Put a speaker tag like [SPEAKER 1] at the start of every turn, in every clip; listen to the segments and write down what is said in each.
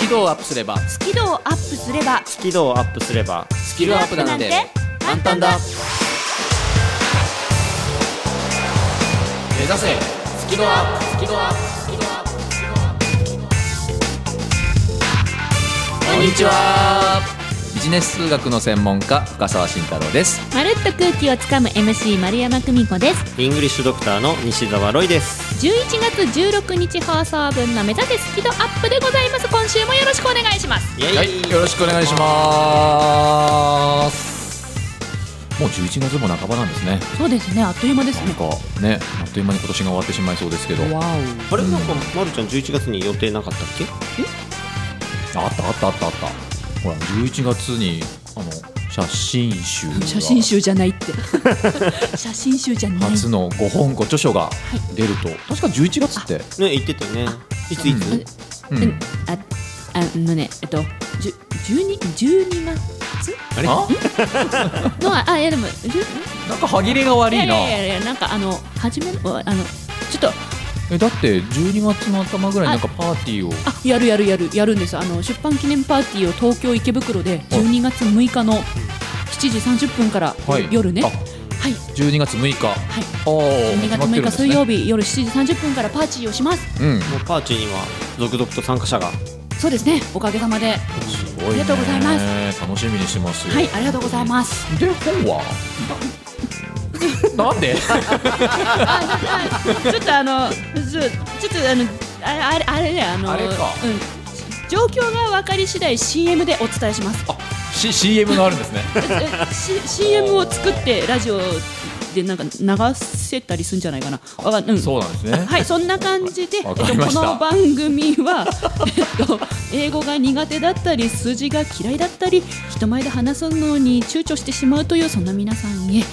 [SPEAKER 1] キ度をアップすれば
[SPEAKER 2] スキルをアップすれば
[SPEAKER 3] スキルをアップすれば
[SPEAKER 1] スキルアップなんて簡単だ目指せスキルアップスキルアップスキルアップスキルアップこんにちはビジネス数学の専門家深澤慎太郎です
[SPEAKER 2] まるっと空気をつかむ MC 丸山久美子です
[SPEAKER 3] イングリッシュドクターの西澤ロイです
[SPEAKER 2] 11月16日放送分の目指せスキドアップでございます今週もよろしくお願いします
[SPEAKER 3] イエイ
[SPEAKER 1] はいよろしくお願いしますもう11月も半ばなんですね
[SPEAKER 2] そうですねあっという間です
[SPEAKER 1] なんかねあっという間に今年が終わってしまいそうですけどあ
[SPEAKER 3] あれなんかまるちゃん11月に予定なかったっけ
[SPEAKER 1] あったあったあったあったほら11月にあの写真集が
[SPEAKER 2] 写真集じゃないって写真集じゃない
[SPEAKER 1] 初の5本5著書が出ると、確か11月って、
[SPEAKER 3] ね言ってたよねいついつ、
[SPEAKER 1] うんうん、
[SPEAKER 2] ああのねえっとじゅ12 12月
[SPEAKER 3] あれ
[SPEAKER 1] あ
[SPEAKER 2] のはあいやでもじゅ
[SPEAKER 1] なんか歯切れが悪
[SPEAKER 2] いや
[SPEAKER 1] い
[SPEAKER 2] い
[SPEAKER 1] な
[SPEAKER 2] やいやいやなんかあの初めのあのちょっと
[SPEAKER 1] えだって12月の頭ぐらいになんかパーティーを
[SPEAKER 2] あやるやるやるやるんですあの出版記念パーティーを東京池袋で12月6日の7時30分から、
[SPEAKER 1] はい
[SPEAKER 2] 夜ね
[SPEAKER 1] あ
[SPEAKER 2] はい
[SPEAKER 1] 12月6日
[SPEAKER 2] はい
[SPEAKER 1] 12
[SPEAKER 2] 12月6日水曜日夜7時30分からパーティーをします
[SPEAKER 1] うん
[SPEAKER 3] もうパーチには続々と参加者が
[SPEAKER 2] そうですねおかげさまです
[SPEAKER 1] ごいね
[SPEAKER 2] ありがとうございます
[SPEAKER 1] 楽しみにしてますよ
[SPEAKER 2] はいありがとうございます
[SPEAKER 1] で本はなんで
[SPEAKER 2] あだからちょっとあのちょちょっとあのあれあれあれねあの
[SPEAKER 1] あれか
[SPEAKER 2] うん状況が分かり次第 CM でお伝えします
[SPEAKER 1] C CM があるんですね
[SPEAKER 2] え C- CM を作ってラジオでなんか流せたりするんじゃないかなわかんうん
[SPEAKER 1] そうなんですね
[SPEAKER 2] はい、そんな感じで、えっと、
[SPEAKER 1] わ
[SPEAKER 2] こ
[SPEAKER 1] かりました
[SPEAKER 2] の番組は、 えっと、英語が苦手だったり数字が嫌いだったり人前で話すのに躊躇してしまうというそんな皆さんへ、えー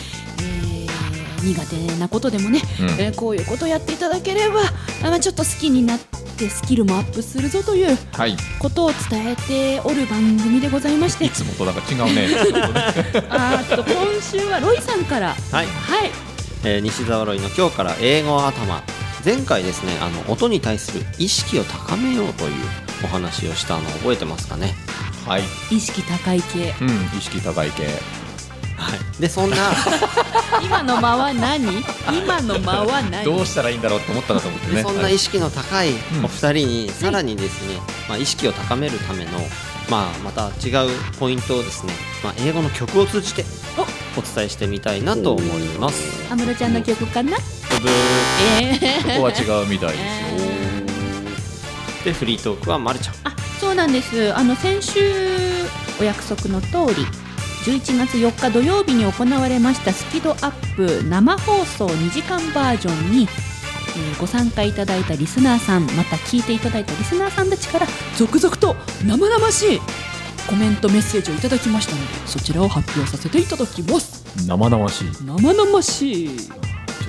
[SPEAKER 2] 苦手なことでもね、
[SPEAKER 1] うん
[SPEAKER 2] えーこういうことをやっていただければあまあちょっと好きになってスキルもアップするぞという
[SPEAKER 1] はい
[SPEAKER 2] ことを伝えておる番組でござい まして
[SPEAKER 1] いつもとなんか違うね
[SPEAKER 2] あーっと今週はロイさんから、
[SPEAKER 3] は
[SPEAKER 2] は
[SPEAKER 3] い
[SPEAKER 2] い、
[SPEAKER 3] えー西澤ロイの今日から英語頭前回ですねあの音に対する意識を高めようというお話をしたのを覚えてますかね
[SPEAKER 1] はい
[SPEAKER 2] 意識高い系
[SPEAKER 1] うん意識高い系
[SPEAKER 3] はいで そんな
[SPEAKER 2] 今の間は何今の間は何
[SPEAKER 1] どうしたらいいんだろうって思ったなと思って
[SPEAKER 3] で
[SPEAKER 1] ね
[SPEAKER 3] そんな意識の高い
[SPEAKER 1] うん
[SPEAKER 3] お二人にさらにですね、まあ、意識を高めるための、まあ、また違うポイントをですね、まあ、英語の曲を通じてお伝えしてみたいなと思います
[SPEAKER 2] 安室ちゃんの曲かな
[SPEAKER 3] ブブー
[SPEAKER 2] え
[SPEAKER 1] こ
[SPEAKER 2] え
[SPEAKER 1] こは違うみたいですよ
[SPEAKER 3] でフリートークはまるちゃん
[SPEAKER 2] あそうなんですあの先週お約束の通り11月4日土曜日に行われましたスキドアップ生放送2時間バージョンに、えーご参加いただいたリスナーさんまた聞いていただいたリスナーさんたちから続々と生々しいコメントメッセージをいただきましたのでそちらを発表させていただきます
[SPEAKER 1] 生々しいち
[SPEAKER 2] 生々しい
[SPEAKER 1] ょ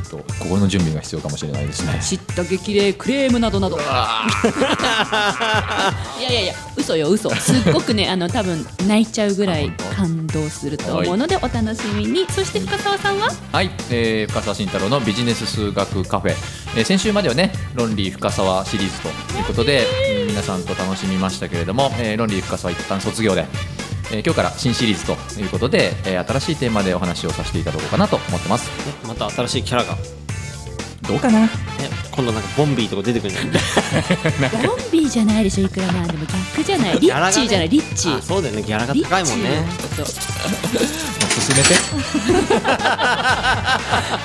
[SPEAKER 1] っと心の準備が必要かもしれないです ね
[SPEAKER 2] 知った激励クレームなどなどいやいやいや嘘よ嘘すっごくねあの多分泣いちゃうぐらい
[SPEAKER 1] あ本当
[SPEAKER 2] 感動すると思うのでお楽しみにそして深澤さんは
[SPEAKER 1] はい、えー深澤慎太郎のビジネス数学カフェ、えー先週まではね「ロンリー深澤」シリーズということで、えー皆さんと楽しみましたけれども「えーロンリー深澤」一旦卒業で、えー今日から新シリーズということで、えー新しいテーマでお話をさせていただこうかなと思ってます
[SPEAKER 3] ねまた新しいキャラが、ね、
[SPEAKER 1] どうかな
[SPEAKER 3] 今度なんかボンビーとか出てくるんじゃない
[SPEAKER 2] ボンビーじゃないでしょいくらなんでも逆じゃないリッチーじゃないリッチ
[SPEAKER 3] あ
[SPEAKER 2] ー
[SPEAKER 3] そうだよねギャラが
[SPEAKER 2] リ
[SPEAKER 3] 高い
[SPEAKER 2] ッ
[SPEAKER 3] も
[SPEAKER 2] チ
[SPEAKER 3] ん
[SPEAKER 2] ー
[SPEAKER 3] ね
[SPEAKER 2] よちょっとち
[SPEAKER 1] 進めて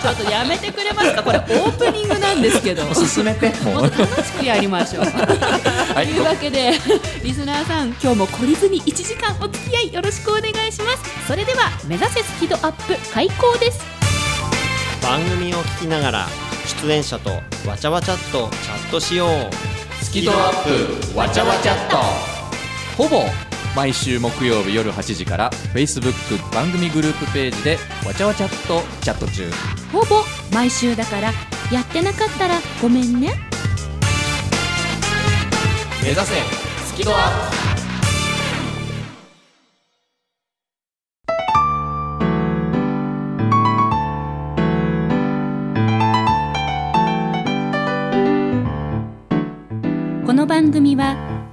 [SPEAKER 2] ょっとやめてくれますかこれオープニングなんですけどもっ
[SPEAKER 1] 進めてもう
[SPEAKER 2] と楽しくやりましょう
[SPEAKER 1] は
[SPEAKER 2] と
[SPEAKER 1] い
[SPEAKER 2] いうわけでリスナーさん今日も懲りずに1時間お付き合いよろしくお願いしますそれでは目指せスピードアップ開講です
[SPEAKER 3] 番組を聞きながら出演者とわちゃわちゃっとチャットしよう
[SPEAKER 1] スキドアップわちゃわちゃっとほぼ毎週木曜日夜8時から Facebook 番組グループページでわちゃわちゃっとチャット中
[SPEAKER 2] ほぼ毎週だからやってなかったらごめんね
[SPEAKER 1] 目指せスキドアップ
[SPEAKER 2] この番組は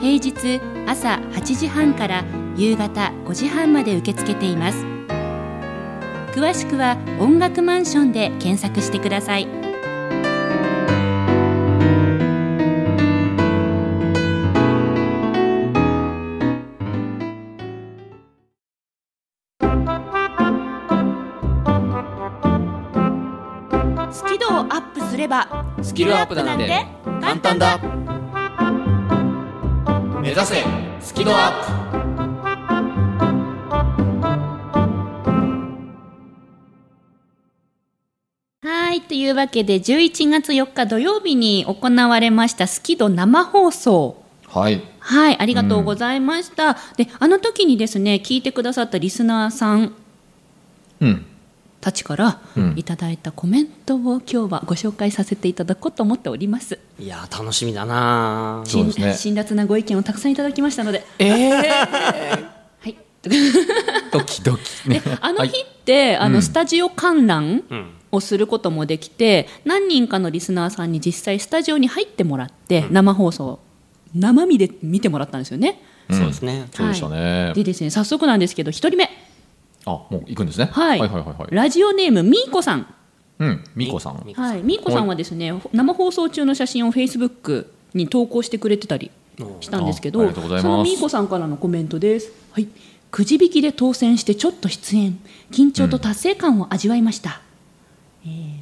[SPEAKER 2] 平日朝8時半から夕方5時半まで受け付けています詳しくは音楽マンションで検索してくださいスキルをアップすれば
[SPEAKER 1] スキルアップだなんて簡単だ目指せスキルアップ
[SPEAKER 2] はい。というわけで、11月4日土曜日に行われました、スキド生放送。
[SPEAKER 1] はい
[SPEAKER 2] はい。ありがとうございました。で、あの時にですね、聞いてくださったリスナーさん
[SPEAKER 1] うん
[SPEAKER 2] たちから
[SPEAKER 1] うん
[SPEAKER 2] いただいたコメントを今日はご紹介させていただこうと思っております。
[SPEAKER 3] いやー楽しみだなー
[SPEAKER 1] そうですね
[SPEAKER 2] 辛辣なご意見をたくさんいただきましたので。
[SPEAKER 1] え
[SPEAKER 2] はい。
[SPEAKER 1] ドキドキね
[SPEAKER 2] あの
[SPEAKER 1] は
[SPEAKER 2] 日
[SPEAKER 1] い
[SPEAKER 2] って、あ
[SPEAKER 1] う
[SPEAKER 2] の
[SPEAKER 1] ん
[SPEAKER 2] スタジオ観覧
[SPEAKER 3] うん
[SPEAKER 2] をすることもできて、何人かのリスナーさんに実際スタジオに入ってもらって、生放送を生身で見てもらったんですよね。
[SPEAKER 1] うん
[SPEAKER 3] そうですね
[SPEAKER 1] そうでしたね
[SPEAKER 2] でですね早速なんですけど1人目、
[SPEAKER 1] あもう行くんですね
[SPEAKER 2] はい
[SPEAKER 1] はいはいはいはい
[SPEAKER 2] ラジオネームみーこさん、
[SPEAKER 1] うんみこさん
[SPEAKER 3] み
[SPEAKER 2] はい、みーこさんはですね生放送中の写真をフェイスブックに投稿してくれてたりしたんですけ
[SPEAKER 1] ああり
[SPEAKER 2] ど
[SPEAKER 1] がとうございます
[SPEAKER 2] そのみーこさんからのコメントです、はい、くじ引きで当選してちょっと出演緊張と達成感を味わいました、えー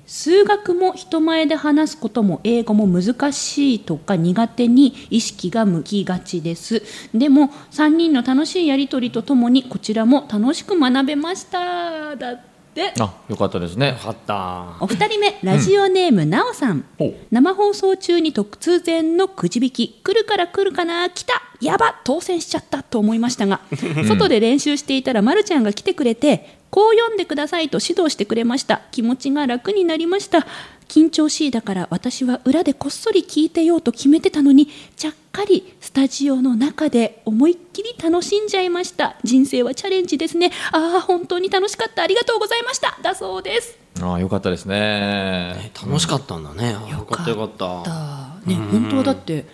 [SPEAKER 2] 数学も人前で話すことも英語も難しいとか苦手に意識が向きがちですでも3人の楽しいやり取りとともにこちらも楽しく学べましただって
[SPEAKER 1] あよかったですね
[SPEAKER 3] よかった
[SPEAKER 2] お二人目ラジオネーム、なおさん
[SPEAKER 1] ほう
[SPEAKER 2] 生放送中に突然のくじ引き来るから来るかな来たやば当選しちゃったと思いましたが外で練習していたらまるちゃんが来てくれてこう読んでくださいと指導してくれました気持ちが楽になりました緊張しいだから私は裏でこっそり聞いてようと決めてたのにちゃっかりスタジオの中で思いっきり楽しんじゃいました人生はチャレンジですねああ本当に楽しかったありがとうございましただそうです
[SPEAKER 1] ああよかったですね
[SPEAKER 3] 楽しかったんだねあよかったよか
[SPEAKER 2] っ
[SPEAKER 3] った
[SPEAKER 2] たね本当はだって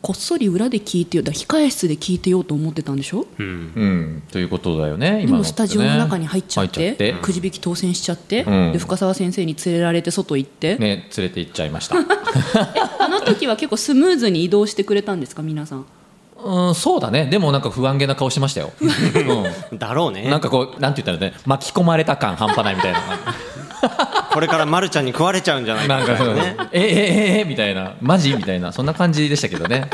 [SPEAKER 2] こっそり裏で聞いてよだから控え室で聞いてようと思ってたんでしょ
[SPEAKER 3] うん
[SPEAKER 1] うんということだよね
[SPEAKER 2] で
[SPEAKER 1] 今のって
[SPEAKER 2] も
[SPEAKER 1] ね
[SPEAKER 2] スタジオの中に入っちゃって
[SPEAKER 1] 入っちゃ
[SPEAKER 2] くじ引き当選しちゃって、
[SPEAKER 1] うん
[SPEAKER 2] で深澤先生に連れられて外行って、
[SPEAKER 1] ね連れて行っちゃいました
[SPEAKER 2] あの時は結構スムーズに移動してくれたんですか皆さん
[SPEAKER 1] うんそうだねでもなんか不安げな顔しましたよ、う
[SPEAKER 3] だろうね
[SPEAKER 1] ん、なんかこうなんて言ったらね巻き込まれた感半端ないみたいな
[SPEAKER 3] これからまるちゃんに食われちゃうんじゃないか
[SPEAKER 1] なんかそう
[SPEAKER 3] ね
[SPEAKER 1] えええええみたいなマジみたいなそんな感じでしたけどね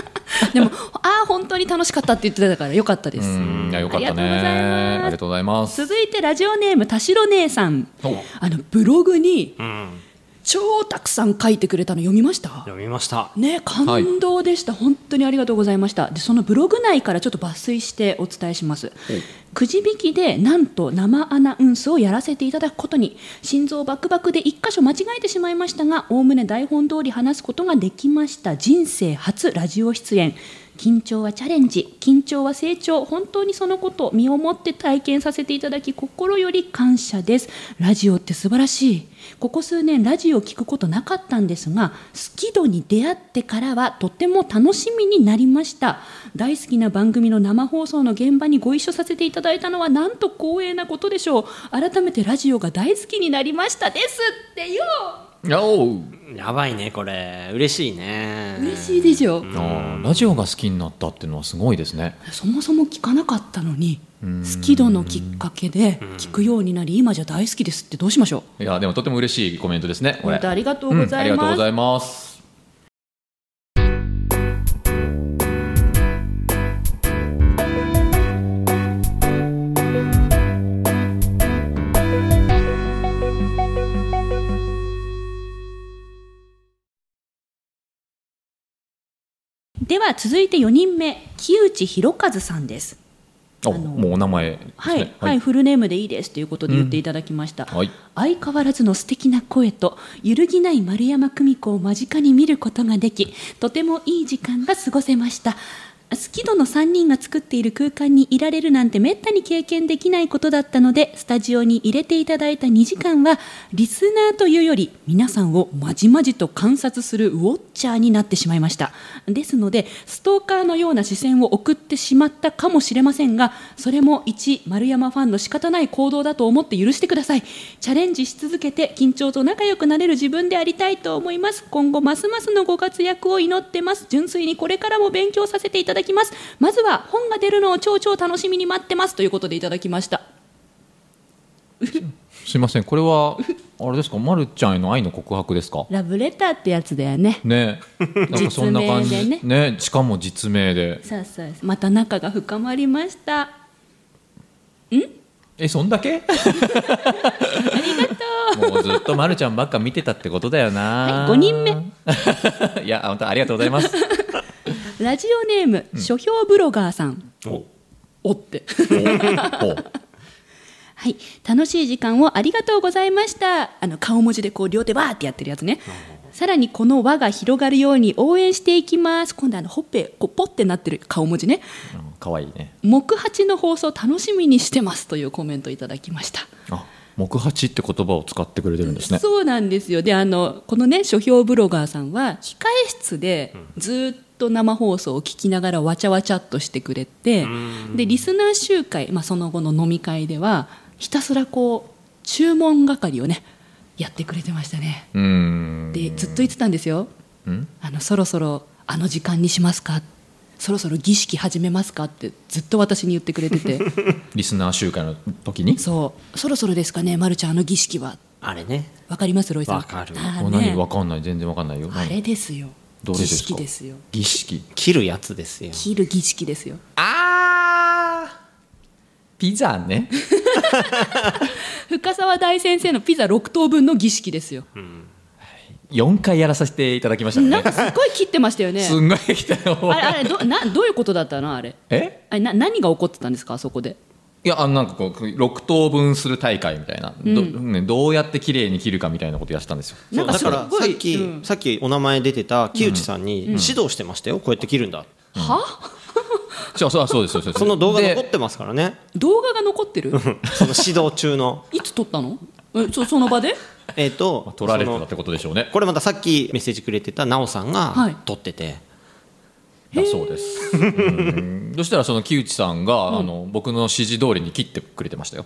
[SPEAKER 2] でも ああ本当に楽しかったって言ってたからよかったで
[SPEAKER 1] う
[SPEAKER 2] す
[SPEAKER 1] んいやよかったねあ
[SPEAKER 2] あり
[SPEAKER 1] り
[SPEAKER 2] が
[SPEAKER 1] がとうございます
[SPEAKER 2] 続いてラジオネーム田代姉さん
[SPEAKER 1] お
[SPEAKER 2] あのブログに
[SPEAKER 3] うん
[SPEAKER 2] 超たくさん書いてくれたの読みました
[SPEAKER 3] 読みました
[SPEAKER 2] ね、感動でした、本当にありがとうございましたでそのブログ内からちょっと抜粋してお伝えしますくじ引きでなんと生アナウンスをやらせていただくことに心臓バクバクで1箇所間違えてしまいましたがおおむね台本通り話すことができました人生初ラジオ出演緊張はチャレンジ緊張は成長本当にそのことを身をもって体験させていただき心より感謝ですラジオって素晴らしいここ数年ラジオを聞くことなかったんですがスキドに出会ってからはとても楽しみになりました大好きな番組の生放送の現場にご一緒させていただいたのはなんと光栄なことでしょう改めてラジオが大好きになりましたですってよ
[SPEAKER 1] おう
[SPEAKER 3] やばいねこれ嬉しいね
[SPEAKER 2] 嬉しいでしょ、
[SPEAKER 1] あーラジオが好きになったっていうのはすごいですね
[SPEAKER 2] そもそも聞かなかったのにスキドのきっかけで聞くようになり今じゃ大好きですってどうしましょう
[SPEAKER 1] いやでもとても嬉しいコメントですねこれ
[SPEAKER 2] 本当ありがとうござい
[SPEAKER 1] うんありがとうご
[SPEAKER 2] ます
[SPEAKER 1] ざいます
[SPEAKER 2] では続いて4人目木内博和さんです
[SPEAKER 1] お
[SPEAKER 2] あの
[SPEAKER 1] もうお名前ですね
[SPEAKER 2] はい、はいフルネームでいいですということで言っていただきました、
[SPEAKER 1] はい
[SPEAKER 2] 相変わらずの素敵な声と揺るぎない丸山久美子を間近に見ることができとてもいい時間が過ごせましたスキドの3人が作っている空間にいられるなんてめったに経験できないことだったのでスタジオに入れていただいた2時間はリスナーというより皆さんをまじまじと観察するウォッチャーになってしまいましたですのでストーカーのような視線を送ってしまったかもしれませんがそれも一丸山ファンの仕方ない行動だと思って許してくださいチャレンジし続けて緊張と仲良くなれる自分でありたいと思います今後ますますのご活躍を祈ってます純粋にこれからも勉強させていただきますまずは本が出るのを超々楽しみに待ってますということでいただきました
[SPEAKER 1] すいませんこれはあれですかまるちゃんへの愛の告白ですか
[SPEAKER 2] ラブレターってやつだよね
[SPEAKER 1] ねなんかそんな感
[SPEAKER 2] 実
[SPEAKER 1] じ
[SPEAKER 2] 名で
[SPEAKER 1] ねしかも実名で
[SPEAKER 2] そうそうそうまた仲が深まりました
[SPEAKER 1] えそんだけありがとうもうずっとまるちゃんばっか見てたってことだよな、
[SPEAKER 2] はい五人目
[SPEAKER 1] いや本当ありがとうございます
[SPEAKER 2] ラジオネーム、書評ブロガーさん
[SPEAKER 1] お
[SPEAKER 2] おって
[SPEAKER 1] おお
[SPEAKER 2] はい、楽しい時間をありがとうございました。あの顔文字でこう両手バーってやってるやつね。さらにこの輪が広がるように応援していきます。今度あのほっぺこうポってなってる顔文字ね。
[SPEAKER 1] うんかわいいね
[SPEAKER 2] 木八の放送楽しみにしてますというコメントいただきました。
[SPEAKER 1] あ木八って言葉を使ってくれてるんですね
[SPEAKER 2] そうなんですよ。で、あのこのね書評ブロガーさんは控え室でずーっと生放送を聞きながらわちゃわちゃっとしてくれて、でリスナー集会、まあその後の飲み会ではひたすらこう注文係をねやってくれてましたね。
[SPEAKER 1] うーん
[SPEAKER 2] でずっと言ってたんですよ。
[SPEAKER 1] うん
[SPEAKER 2] あのそろそろあの時間にしますか。そろそろ儀式始めますかってずっと私に言ってくれ てて
[SPEAKER 1] リスナー集会の時に
[SPEAKER 2] そうそろそろですかね、ま、るちゃんあの儀式は
[SPEAKER 3] あれね
[SPEAKER 2] わかりますロイさん
[SPEAKER 3] わかる
[SPEAKER 2] あー
[SPEAKER 1] もう
[SPEAKER 2] ね
[SPEAKER 1] 何わかんない全然わかんないよ
[SPEAKER 2] あれ
[SPEAKER 1] 何
[SPEAKER 2] ですよ。
[SPEAKER 1] どれですか
[SPEAKER 2] 儀式ですよ。
[SPEAKER 1] 儀式
[SPEAKER 3] 切るやつですよ
[SPEAKER 2] 切る儀式ですよ。
[SPEAKER 1] あーピザね
[SPEAKER 2] 深沢大先生のピザ6等分の儀式ですよ。
[SPEAKER 1] 4回やらさせていただきました
[SPEAKER 2] なん
[SPEAKER 1] ね
[SPEAKER 2] かすっごい切ってましたよね。
[SPEAKER 1] すんごい来たよ
[SPEAKER 2] あれ、あれ、ど、な、どういうことだったの、あれ。
[SPEAKER 1] え
[SPEAKER 2] あれな、何が起こってたんですか、あそこで。
[SPEAKER 1] いやあのなんかこう6等分する大会みたいな、どね、どうやって綺麗に切るかみたいなことやってたんですよ
[SPEAKER 3] そうだ
[SPEAKER 2] すご
[SPEAKER 3] か
[SPEAKER 2] い
[SPEAKER 3] らさっき、
[SPEAKER 2] うん
[SPEAKER 3] さっきお名前出てた木内さんに指導してましたよ、こうやって切るんだ
[SPEAKER 2] は。
[SPEAKER 1] そうそうそうですそうです
[SPEAKER 3] その動画残っ
[SPEAKER 1] で
[SPEAKER 3] てますからね
[SPEAKER 2] 動画が残ってる。
[SPEAKER 3] その指導中の
[SPEAKER 2] いつ撮ったの。え、そ、その場で。
[SPEAKER 3] えっと
[SPEAKER 1] 撮られて
[SPEAKER 3] そ
[SPEAKER 1] た
[SPEAKER 3] の
[SPEAKER 1] ってことでしょうね
[SPEAKER 3] これまたさっきメッセージくれてた奈緒さん
[SPEAKER 2] はい
[SPEAKER 3] が撮ってて、
[SPEAKER 1] だそうですうんそしたらその木内さんが、あの僕の指示通りに切ってくれてましたよ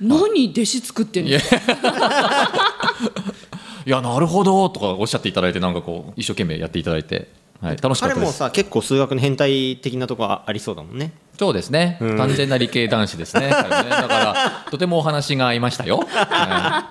[SPEAKER 2] 何弟子作ってんの。
[SPEAKER 1] いやいやなるほどとかおっしゃっていただいてなんかこう一生懸命やっていただいて、はい、楽しかっ
[SPEAKER 3] 彼
[SPEAKER 1] たで
[SPEAKER 3] も
[SPEAKER 1] す
[SPEAKER 3] さ結構数学の変態的なとこあありそうだもんね
[SPEAKER 1] そうですね、完全な理系男子 ですね彼ねだからとてもお話が合いましたよ、は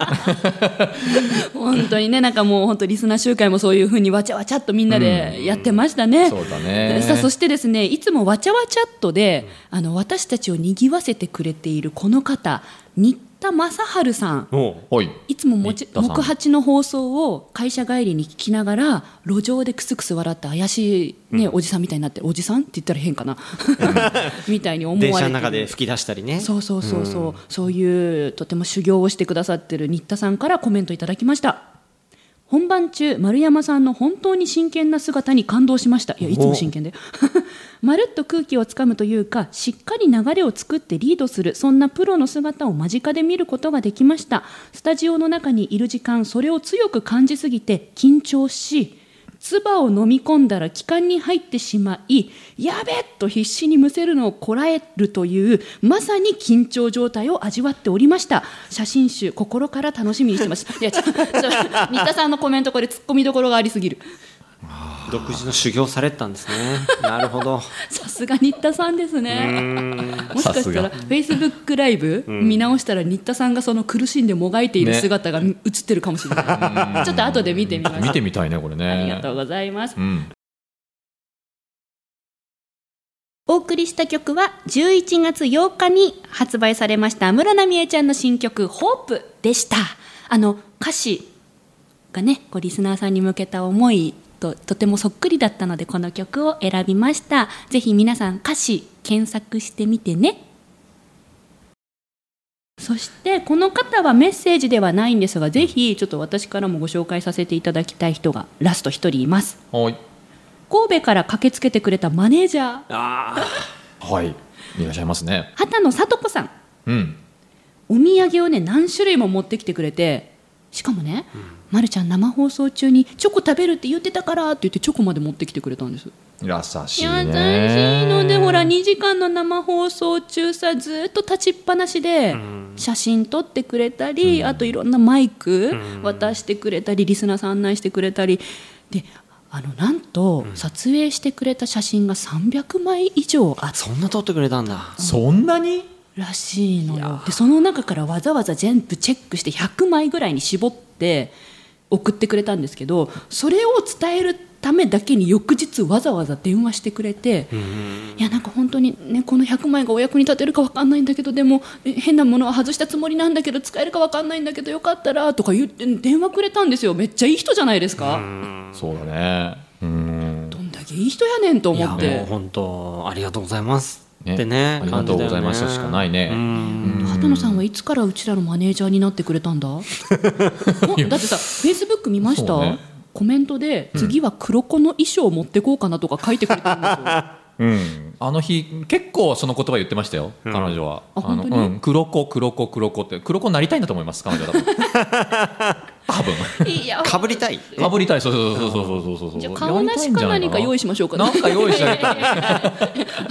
[SPEAKER 2] 本当にね、なんかもう、本当リスナー集会もそういう風にわちゃわちゃっとみんなでやってましたね。
[SPEAKER 1] いそうだね
[SPEAKER 2] さあそしてですねいつもわちゃわちゃっとで、あの私たちを賑わせてくれているこの方新田正治さん
[SPEAKER 3] おう
[SPEAKER 1] はい
[SPEAKER 2] いつももち
[SPEAKER 1] 新田さん
[SPEAKER 2] 木八の放送を会社帰りに聞きながら路上でクスクス笑って怪しい、ねおじさんみたいになってるおじさんって言ったら 変かなみたいに思われて
[SPEAKER 3] 電
[SPEAKER 2] る
[SPEAKER 3] 車の中で吹き出したりね
[SPEAKER 2] そうそうそうそう、そういうとても修行をしてくださってる新田さんからコメントいただきました本番中丸山さんの本当に真剣な姿に感動しましたいやいつも真剣で まるっと空気をつかむというかしっかり流れを作ってリードするそんなプロの姿を間近で見ることができましたスタジオの中にいる時間それを強く感じすぎて緊張し唾を飲み込んだら気管に入ってしまいやべっと必死にむせるのをこらえるというまさに緊張状態を味わっておりました写真集心から楽しみにしてますいやちょちょ新田さんのコメントこれ突っ込みどころがありすぎる
[SPEAKER 3] 独自の修行されてたんです ねなるほど
[SPEAKER 2] さすが新田さんですねもしかしたら
[SPEAKER 1] さ
[SPEAKER 2] フェイスブックライブ見直したら新田さんがその苦しんでもがいている
[SPEAKER 1] ね
[SPEAKER 2] 姿が映ってるかもしれない、ちょっと後で見てみましょう
[SPEAKER 1] 見てみたいねこれね
[SPEAKER 2] ありがとうございます
[SPEAKER 1] うん
[SPEAKER 2] お送りした曲は11月8日に発売されました安室奈美恵ちゃんの新曲「ホープでしたあの歌詞がねこうリスナーさんに向けた思いととてもそっくりだったのでこの曲を選びましたぜひ皆さん歌詞検索してみてねそしてこの方はメッセージではないんですがぜひちょっと私からもご紹介させていただきたい人がラスト1人います
[SPEAKER 1] はい
[SPEAKER 2] 神戸から駆けつけてくれたマネージャー
[SPEAKER 3] あ
[SPEAKER 1] はいいらっしゃいますね
[SPEAKER 2] 畑野聡子さん
[SPEAKER 1] うん
[SPEAKER 2] お土産をね何種類も持ってきてくれてしかもね、ま、るちゃん生放送中にチョコ食べるって言ってたからって言ってチョコまで持ってきてくれたんです
[SPEAKER 1] 優しい
[SPEAKER 2] 優し
[SPEAKER 1] ね
[SPEAKER 2] いのでほら2時間の生放送中さずっと立ちっぱなしで写真撮ってくれたり、あといろんなマイク渡してくれたりリスナーさん案内してくれたりであのなんと撮影してくれた写真が300枚以上あっ
[SPEAKER 3] あそんな撮ってくれたんだ
[SPEAKER 1] そんなに
[SPEAKER 2] らしいのよでその中からわざわざ全部チェックして100枚ぐらいに絞って送ってくれたんですけどそれを伝えるためだけに翌日わざわざ電話してくれて、いやなんか本当にねこの100枚がお役に立てるかわかんないんだけどでもえ変なものは外したつもりなんだけど使えるかわかんないんだけどよかったらとか言って電話くれたんですよめっちゃいい人じゃないですか、
[SPEAKER 1] そうだねうん
[SPEAKER 2] どんだけいい人やねんと
[SPEAKER 3] い
[SPEAKER 2] 思
[SPEAKER 3] や
[SPEAKER 2] っ
[SPEAKER 3] もう
[SPEAKER 2] て
[SPEAKER 3] 本当ありがとうございます
[SPEAKER 1] ね
[SPEAKER 3] ってね
[SPEAKER 1] ありがとうございましたしかないね
[SPEAKER 3] うん
[SPEAKER 2] 畑野さんはいつからうちらのマネージャーになってくれた んだおだってさフェイスブック見ました、
[SPEAKER 1] そうね
[SPEAKER 2] コメントで次は黒子の衣装を持ってこうかなとか書いてくれたんですよ
[SPEAKER 1] うんあの日結構その言葉言ってましたよ、彼女は
[SPEAKER 2] あ
[SPEAKER 1] の
[SPEAKER 2] 本当に
[SPEAKER 1] うん黒子黒子黒子って黒子になりたいんだと思います彼女は多分多 分
[SPEAKER 2] いや
[SPEAKER 3] かぶりたい
[SPEAKER 1] かぶりたいそうそうそうそうそうそうそう
[SPEAKER 2] じゃあ顔なしか何か用意しましょうか
[SPEAKER 1] なんか用意してあげた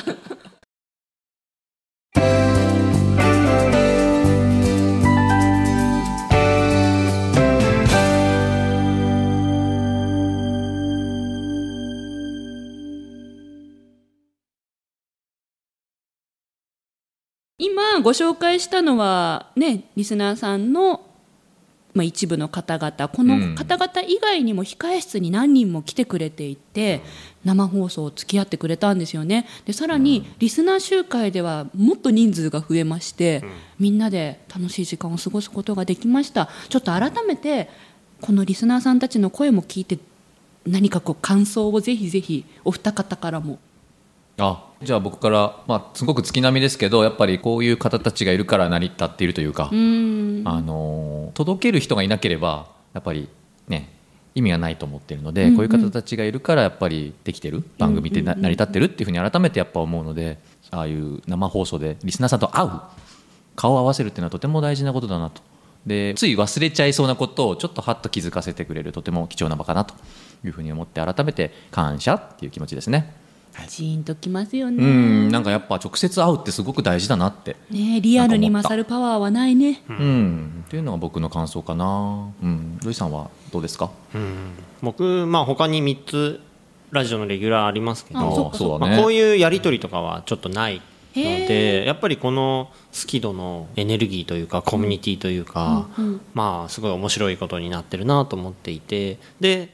[SPEAKER 2] 今ご紹介したのはねリスナーさんの、まあ、一部の方々
[SPEAKER 1] う
[SPEAKER 2] こ
[SPEAKER 1] ん
[SPEAKER 2] の方々以外にも控え室に何人も来てくれていて生放送を付き合ってくれたんですよねでさらにリスナー集会ではもっと人数が増えましてみんなで楽しい時間を過ごすことができましたちょっと改めてこのリスナーさんたちの声も聞いて何かこう感想をぜひぜひお二方からも
[SPEAKER 1] あじゃあ僕から、まあ、すごく月並みですけどやっぱりこういう方たちがいるから成り立っているというか、あのー届ける人がいなければやっぱりね意味がないと思っているので、
[SPEAKER 2] うんうん
[SPEAKER 1] こういう方たちがいるからやっぱりできてる番組ってな、成り立ってるっていうふうに改めてやっぱ思うのでああいう生放送でリスナーさんと会う顔を合わせるっていうのはとても大事なことだなとでつい忘れちゃいそうなことをちょっとはっと気づかせてくれるとても貴重な場かなというふうに思って改めて感謝っていう気持ちですね。
[SPEAKER 2] ジーンときますよ
[SPEAKER 1] う
[SPEAKER 2] ね。
[SPEAKER 1] んなんかやっぱ直接会うってすごく大事だなって、
[SPEAKER 2] ねリアルに勝るパワーはないね。
[SPEAKER 1] うんっていうのが僕の感想かな、うん、ルイさんはどうですか
[SPEAKER 3] 僕まあ他に3つラジオのレギュラーありますけ
[SPEAKER 2] あ
[SPEAKER 3] ど
[SPEAKER 2] そっかそ
[SPEAKER 1] あ
[SPEAKER 2] っ
[SPEAKER 1] だね、
[SPEAKER 3] まあ、こういうやり取りとかはちょっとないの
[SPEAKER 2] へ
[SPEAKER 3] でやっぱりこのスキドのエネルギーというかコミュニティというか、まあすごい面白いことになってるなと思っていてで、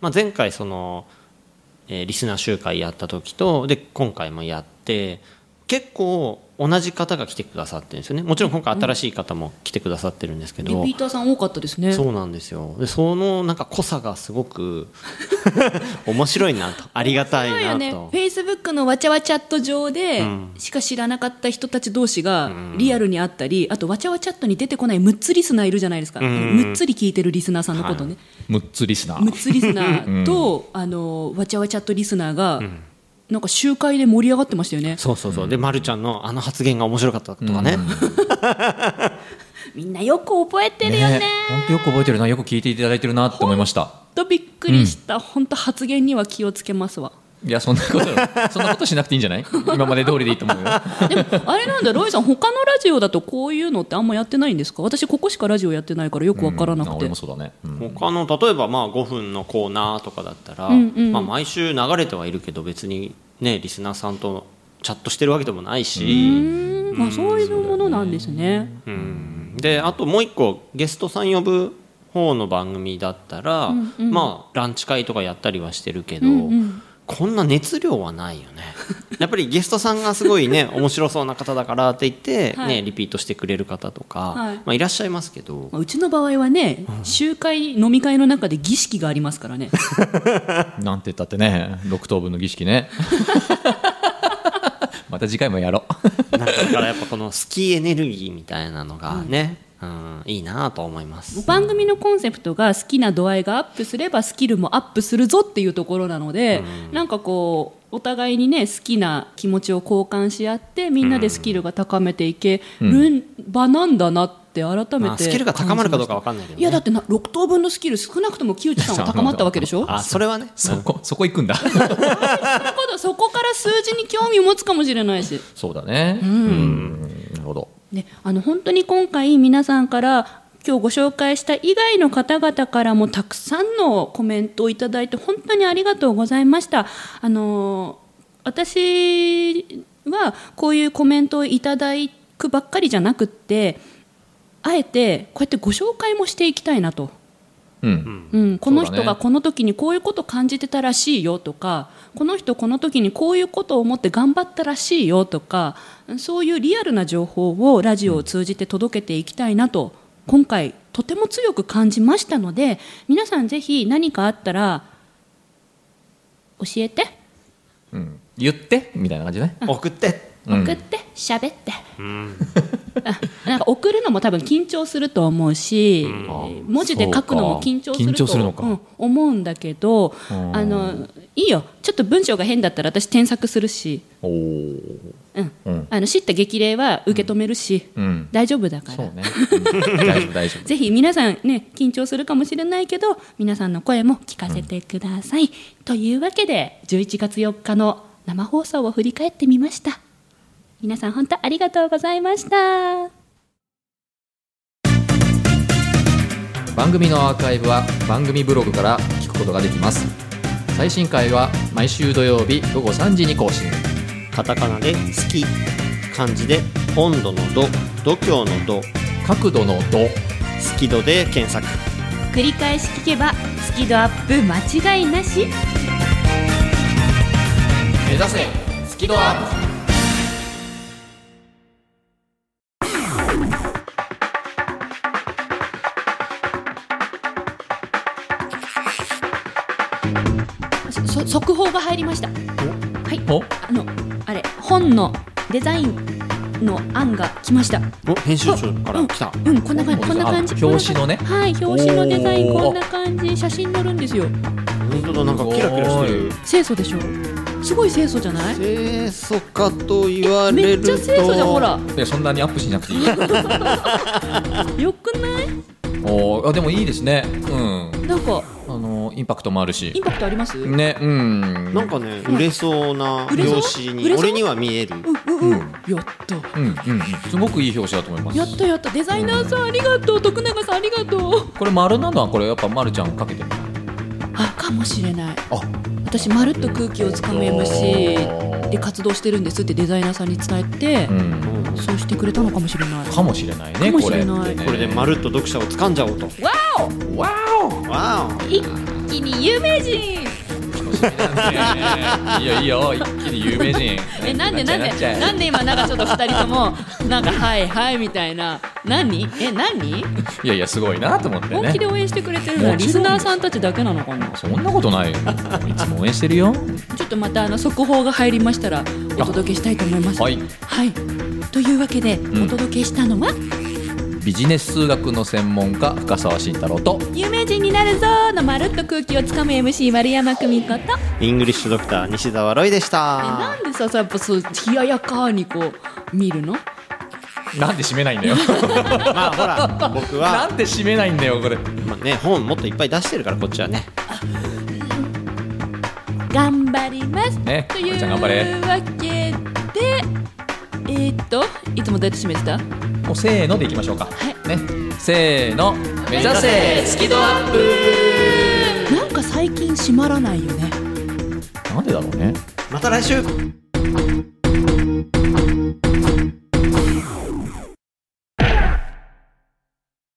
[SPEAKER 3] まあ、前回その、えーリスナー集会やった時とで今回もやって結構同じ方が来てくださってるんですよねもちろん今回新しい方も来てくださってるんですけど、
[SPEAKER 2] リピーターさん多かったですね。
[SPEAKER 3] そうなんですよでそのなんか濃さがすごく 面白いなとありがたい
[SPEAKER 2] そうよ
[SPEAKER 3] なと、
[SPEAKER 2] ね。フェイスブックのわちゃわちゃっと上で、しか知らなかった人たち同士がリアルにあったり、あとわちゃわちゃっとに出てこないムッツリスナーいるじゃないですか。ムッツリ聞いてるリスナーさんのことね。
[SPEAKER 1] 6つリスナ
[SPEAKER 2] ムッ
[SPEAKER 1] ー
[SPEAKER 2] ツリスナーと、あのわちゃわちゃっとリスナーが、なんか集会で盛り上がってましたよね。
[SPEAKER 3] そうそうそう、で、ま、るちゃんのあの発言が面白かったとかね、
[SPEAKER 2] みんなよく覚えてるよね。
[SPEAKER 1] 本当よく覚えてるなよく聞いていただいてるなって思いました
[SPEAKER 2] とびっくりした。本当発言には気をつけますわ。
[SPEAKER 1] いやそんなことそんなことしなくていいんじゃない今まで通りでいいと思うよ
[SPEAKER 2] でも あれなんだロイさん他のラジオだとこういうのってあんまやってないんですか私ここしかラジオやってないからよくわからな
[SPEAKER 1] うんあ
[SPEAKER 2] くて、
[SPEAKER 1] 俺もそうだね、うん
[SPEAKER 3] 他の例えばまあ5分のコーナーとかだったら、
[SPEAKER 2] んうん
[SPEAKER 3] まあ、毎週流れてはいるけど別にねリスナーさんとチャットしてるわけでもないし、
[SPEAKER 2] うんまあ、そういうものなんですね
[SPEAKER 3] うんであともう一個ゲストさん呼ぶ方の番組だったら、まあランチ会とかやったりはしてるけど、
[SPEAKER 2] うんうん
[SPEAKER 3] こんな熱量はないよねやっぱりゲストさんがすごいね面白そうな方だからって言って、ね
[SPEAKER 2] はい
[SPEAKER 3] リピートしてくれる方とか、
[SPEAKER 2] はい
[SPEAKER 3] まあ、いらっしゃいますけど
[SPEAKER 2] まあうちの場合はね、集会飲み会の中で儀式がありますからね
[SPEAKER 1] なんて言ったってね6等分の儀式ね また次回もやろ
[SPEAKER 3] なんかだからやっぱこのスキーエネルギーみたいなのがね、うんいいなと思います。
[SPEAKER 2] 番組のコンセプトが好きな度合いがアップすればスキルもアップするぞっていうところなので、なんかこうお互いにね好きな気持ちを交換し合ってみんなでスキルが高めていける場なんだなって改めて、
[SPEAKER 3] まあ、スキルが高まるかどうかわかんないけど、ね、
[SPEAKER 2] いやだってな6等分のスキル少なくとも木内さんは高まったわけでしょ
[SPEAKER 3] あそれはね
[SPEAKER 1] うそこそこ行くんだ
[SPEAKER 2] なるほどそこから数字に興味を持つかもしれないし、
[SPEAKER 1] そうだねうんなるほど
[SPEAKER 2] ね、あの本当に今回皆さんから今日ご紹介した以外の方々からもたくさんのコメントをいただいて本当にありがとうございました。あの私はこういうコメントをいただくばっかりじゃなくってあえてこうやってご紹介もしていきたいなと。
[SPEAKER 1] うん
[SPEAKER 2] うん、この人
[SPEAKER 1] そうだ
[SPEAKER 2] が
[SPEAKER 1] ね
[SPEAKER 2] この時にこういうこと感じてたらしいよとか、この人この時にこういうことを思って頑張ったらしいよとかそういうリアルな情報をラジオを通じて届けていきたいなと今回とても強く感じましたので皆さんぜひ何かあったら教えて
[SPEAKER 1] うん、言ってみたいな感じね
[SPEAKER 3] 送って、
[SPEAKER 1] うん
[SPEAKER 2] 送って喋って、
[SPEAKER 3] うん、
[SPEAKER 2] あなんか送るのも多分緊張すると思うし、文字で書くのも緊張する
[SPEAKER 1] そうか緊張
[SPEAKER 2] と
[SPEAKER 1] するのか
[SPEAKER 2] うん思うんだけど
[SPEAKER 1] うん
[SPEAKER 2] あのいいよちょっと文章が変だったら私添削するし、
[SPEAKER 1] おお
[SPEAKER 2] うん
[SPEAKER 1] うん
[SPEAKER 2] あの知った激励は受け止めるし、
[SPEAKER 1] うん
[SPEAKER 2] 大丈夫だか
[SPEAKER 1] そ
[SPEAKER 2] ら、
[SPEAKER 1] うね、うん大丈夫大丈夫
[SPEAKER 2] ぜひ皆さんね緊張するかもしれないけど皆さんの声も聞かせてください、というわけで11月4日の生放送を振り返ってみました皆さん本当ありがとうございました
[SPEAKER 1] 番組のアーカイブは番組ブログから聞くことができます最新回は毎週土曜日午後3時に更新
[SPEAKER 3] カタカナで「好き」漢字で「温度の度」「度胸の度」
[SPEAKER 1] 角度の度
[SPEAKER 3] 「好き度」で検索
[SPEAKER 2] 繰り返し聞けばスキドアップ間違いなし
[SPEAKER 1] 目指せスキドアップ
[SPEAKER 2] そ速報が入りましたはい
[SPEAKER 1] お
[SPEAKER 2] あのあれ本のデザインの案が来ました
[SPEAKER 3] お編集長か
[SPEAKER 2] う
[SPEAKER 3] ら
[SPEAKER 2] ん
[SPEAKER 3] 来た、
[SPEAKER 2] うんこんな感じこんな感じ
[SPEAKER 1] あ表紙のね
[SPEAKER 2] こんな感じはい表紙のデザイン
[SPEAKER 1] おー
[SPEAKER 2] こんな感じ写真載るんですよ
[SPEAKER 3] 本当だなんかキラキラしてる
[SPEAKER 2] 清楚でしょすごい清楚じゃない
[SPEAKER 3] 清楚かと言わ
[SPEAKER 2] め
[SPEAKER 3] れ
[SPEAKER 2] っ
[SPEAKER 3] る
[SPEAKER 2] ち
[SPEAKER 3] と
[SPEAKER 2] ゃ清楚じゃんほら
[SPEAKER 1] でそんなにアップしなく ていい
[SPEAKER 2] よくない
[SPEAKER 1] おーあでもいいですねうん
[SPEAKER 2] なんか
[SPEAKER 1] あのインパクトもあるし
[SPEAKER 2] インパクトありますうん
[SPEAKER 1] ねうん
[SPEAKER 3] なんかね売れそうな
[SPEAKER 2] 売れそう
[SPEAKER 3] 表紙
[SPEAKER 2] 売
[SPEAKER 3] に
[SPEAKER 2] れそう
[SPEAKER 3] 俺には見える
[SPEAKER 2] うんう
[SPEAKER 1] う
[SPEAKER 2] ん
[SPEAKER 1] ん
[SPEAKER 2] やった
[SPEAKER 1] うんうんうんすごくいい表紙だと思います
[SPEAKER 2] やったやったデザイナーさんありがとう徳永さんありがとう
[SPEAKER 1] これ丸なのはこれやっぱ丸ちゃんかけてる
[SPEAKER 2] あかもしれない
[SPEAKER 1] あ
[SPEAKER 2] 私まるっと空気をつかめ MC で活動してるんですってデザイナーさんに伝えて
[SPEAKER 1] う、ん
[SPEAKER 2] そうしてくれたのかもしれない
[SPEAKER 1] かもしれないね
[SPEAKER 2] かもしれない
[SPEAKER 1] これね
[SPEAKER 3] これでまるっと読者を掴んじゃおうと
[SPEAKER 2] わ
[SPEAKER 1] わ
[SPEAKER 3] わお
[SPEAKER 2] お一気に有名人
[SPEAKER 1] おいいよいいよ一気に有名人
[SPEAKER 2] えなんでなん
[SPEAKER 1] っちゃ
[SPEAKER 2] で
[SPEAKER 1] え
[SPEAKER 2] なんで今なんかちょっと二人ともなんかはいはいみたいな何え何
[SPEAKER 1] いやいやすごいなと思ってね
[SPEAKER 2] 本気で応援してくれてるのは
[SPEAKER 1] もちろん
[SPEAKER 2] リスナーさんたちだけなのかな
[SPEAKER 1] そんなことないよいつも応援してるよ
[SPEAKER 2] ちょっとまたあの速報が入りましたらお届けしたいと思います
[SPEAKER 1] はい
[SPEAKER 2] はいというわけで
[SPEAKER 1] ん
[SPEAKER 2] お届けしたのは
[SPEAKER 1] ビジネス数学の専門家深澤慎太郎と
[SPEAKER 2] 有名人になるぞーのまるっと空気をつかむ MC 丸山久美子と
[SPEAKER 3] イングリッシュドクター西澤ロイでし
[SPEAKER 2] え
[SPEAKER 3] た
[SPEAKER 2] なんでささやっぱそう冷ややかにこう見るの
[SPEAKER 1] なんで締めないんだよ
[SPEAKER 3] まあほら僕
[SPEAKER 1] な
[SPEAKER 3] は、
[SPEAKER 1] んで締めないんだよこれ
[SPEAKER 3] まあね、本もっといっぱい出してるからこっちはね
[SPEAKER 2] 頑張ります、
[SPEAKER 1] ね
[SPEAKER 2] とい
[SPEAKER 1] まる
[SPEAKER 2] う
[SPEAKER 1] ちゃん頑張れ
[SPEAKER 2] わけでえー、っといつもどうやって締めてた
[SPEAKER 1] もうせーのでいきましょうか
[SPEAKER 2] い
[SPEAKER 1] ねせーの目指せスキドアッ
[SPEAKER 2] なんか最近閉まらないよね
[SPEAKER 1] プなんでだろうね
[SPEAKER 3] また来週
[SPEAKER 1] 「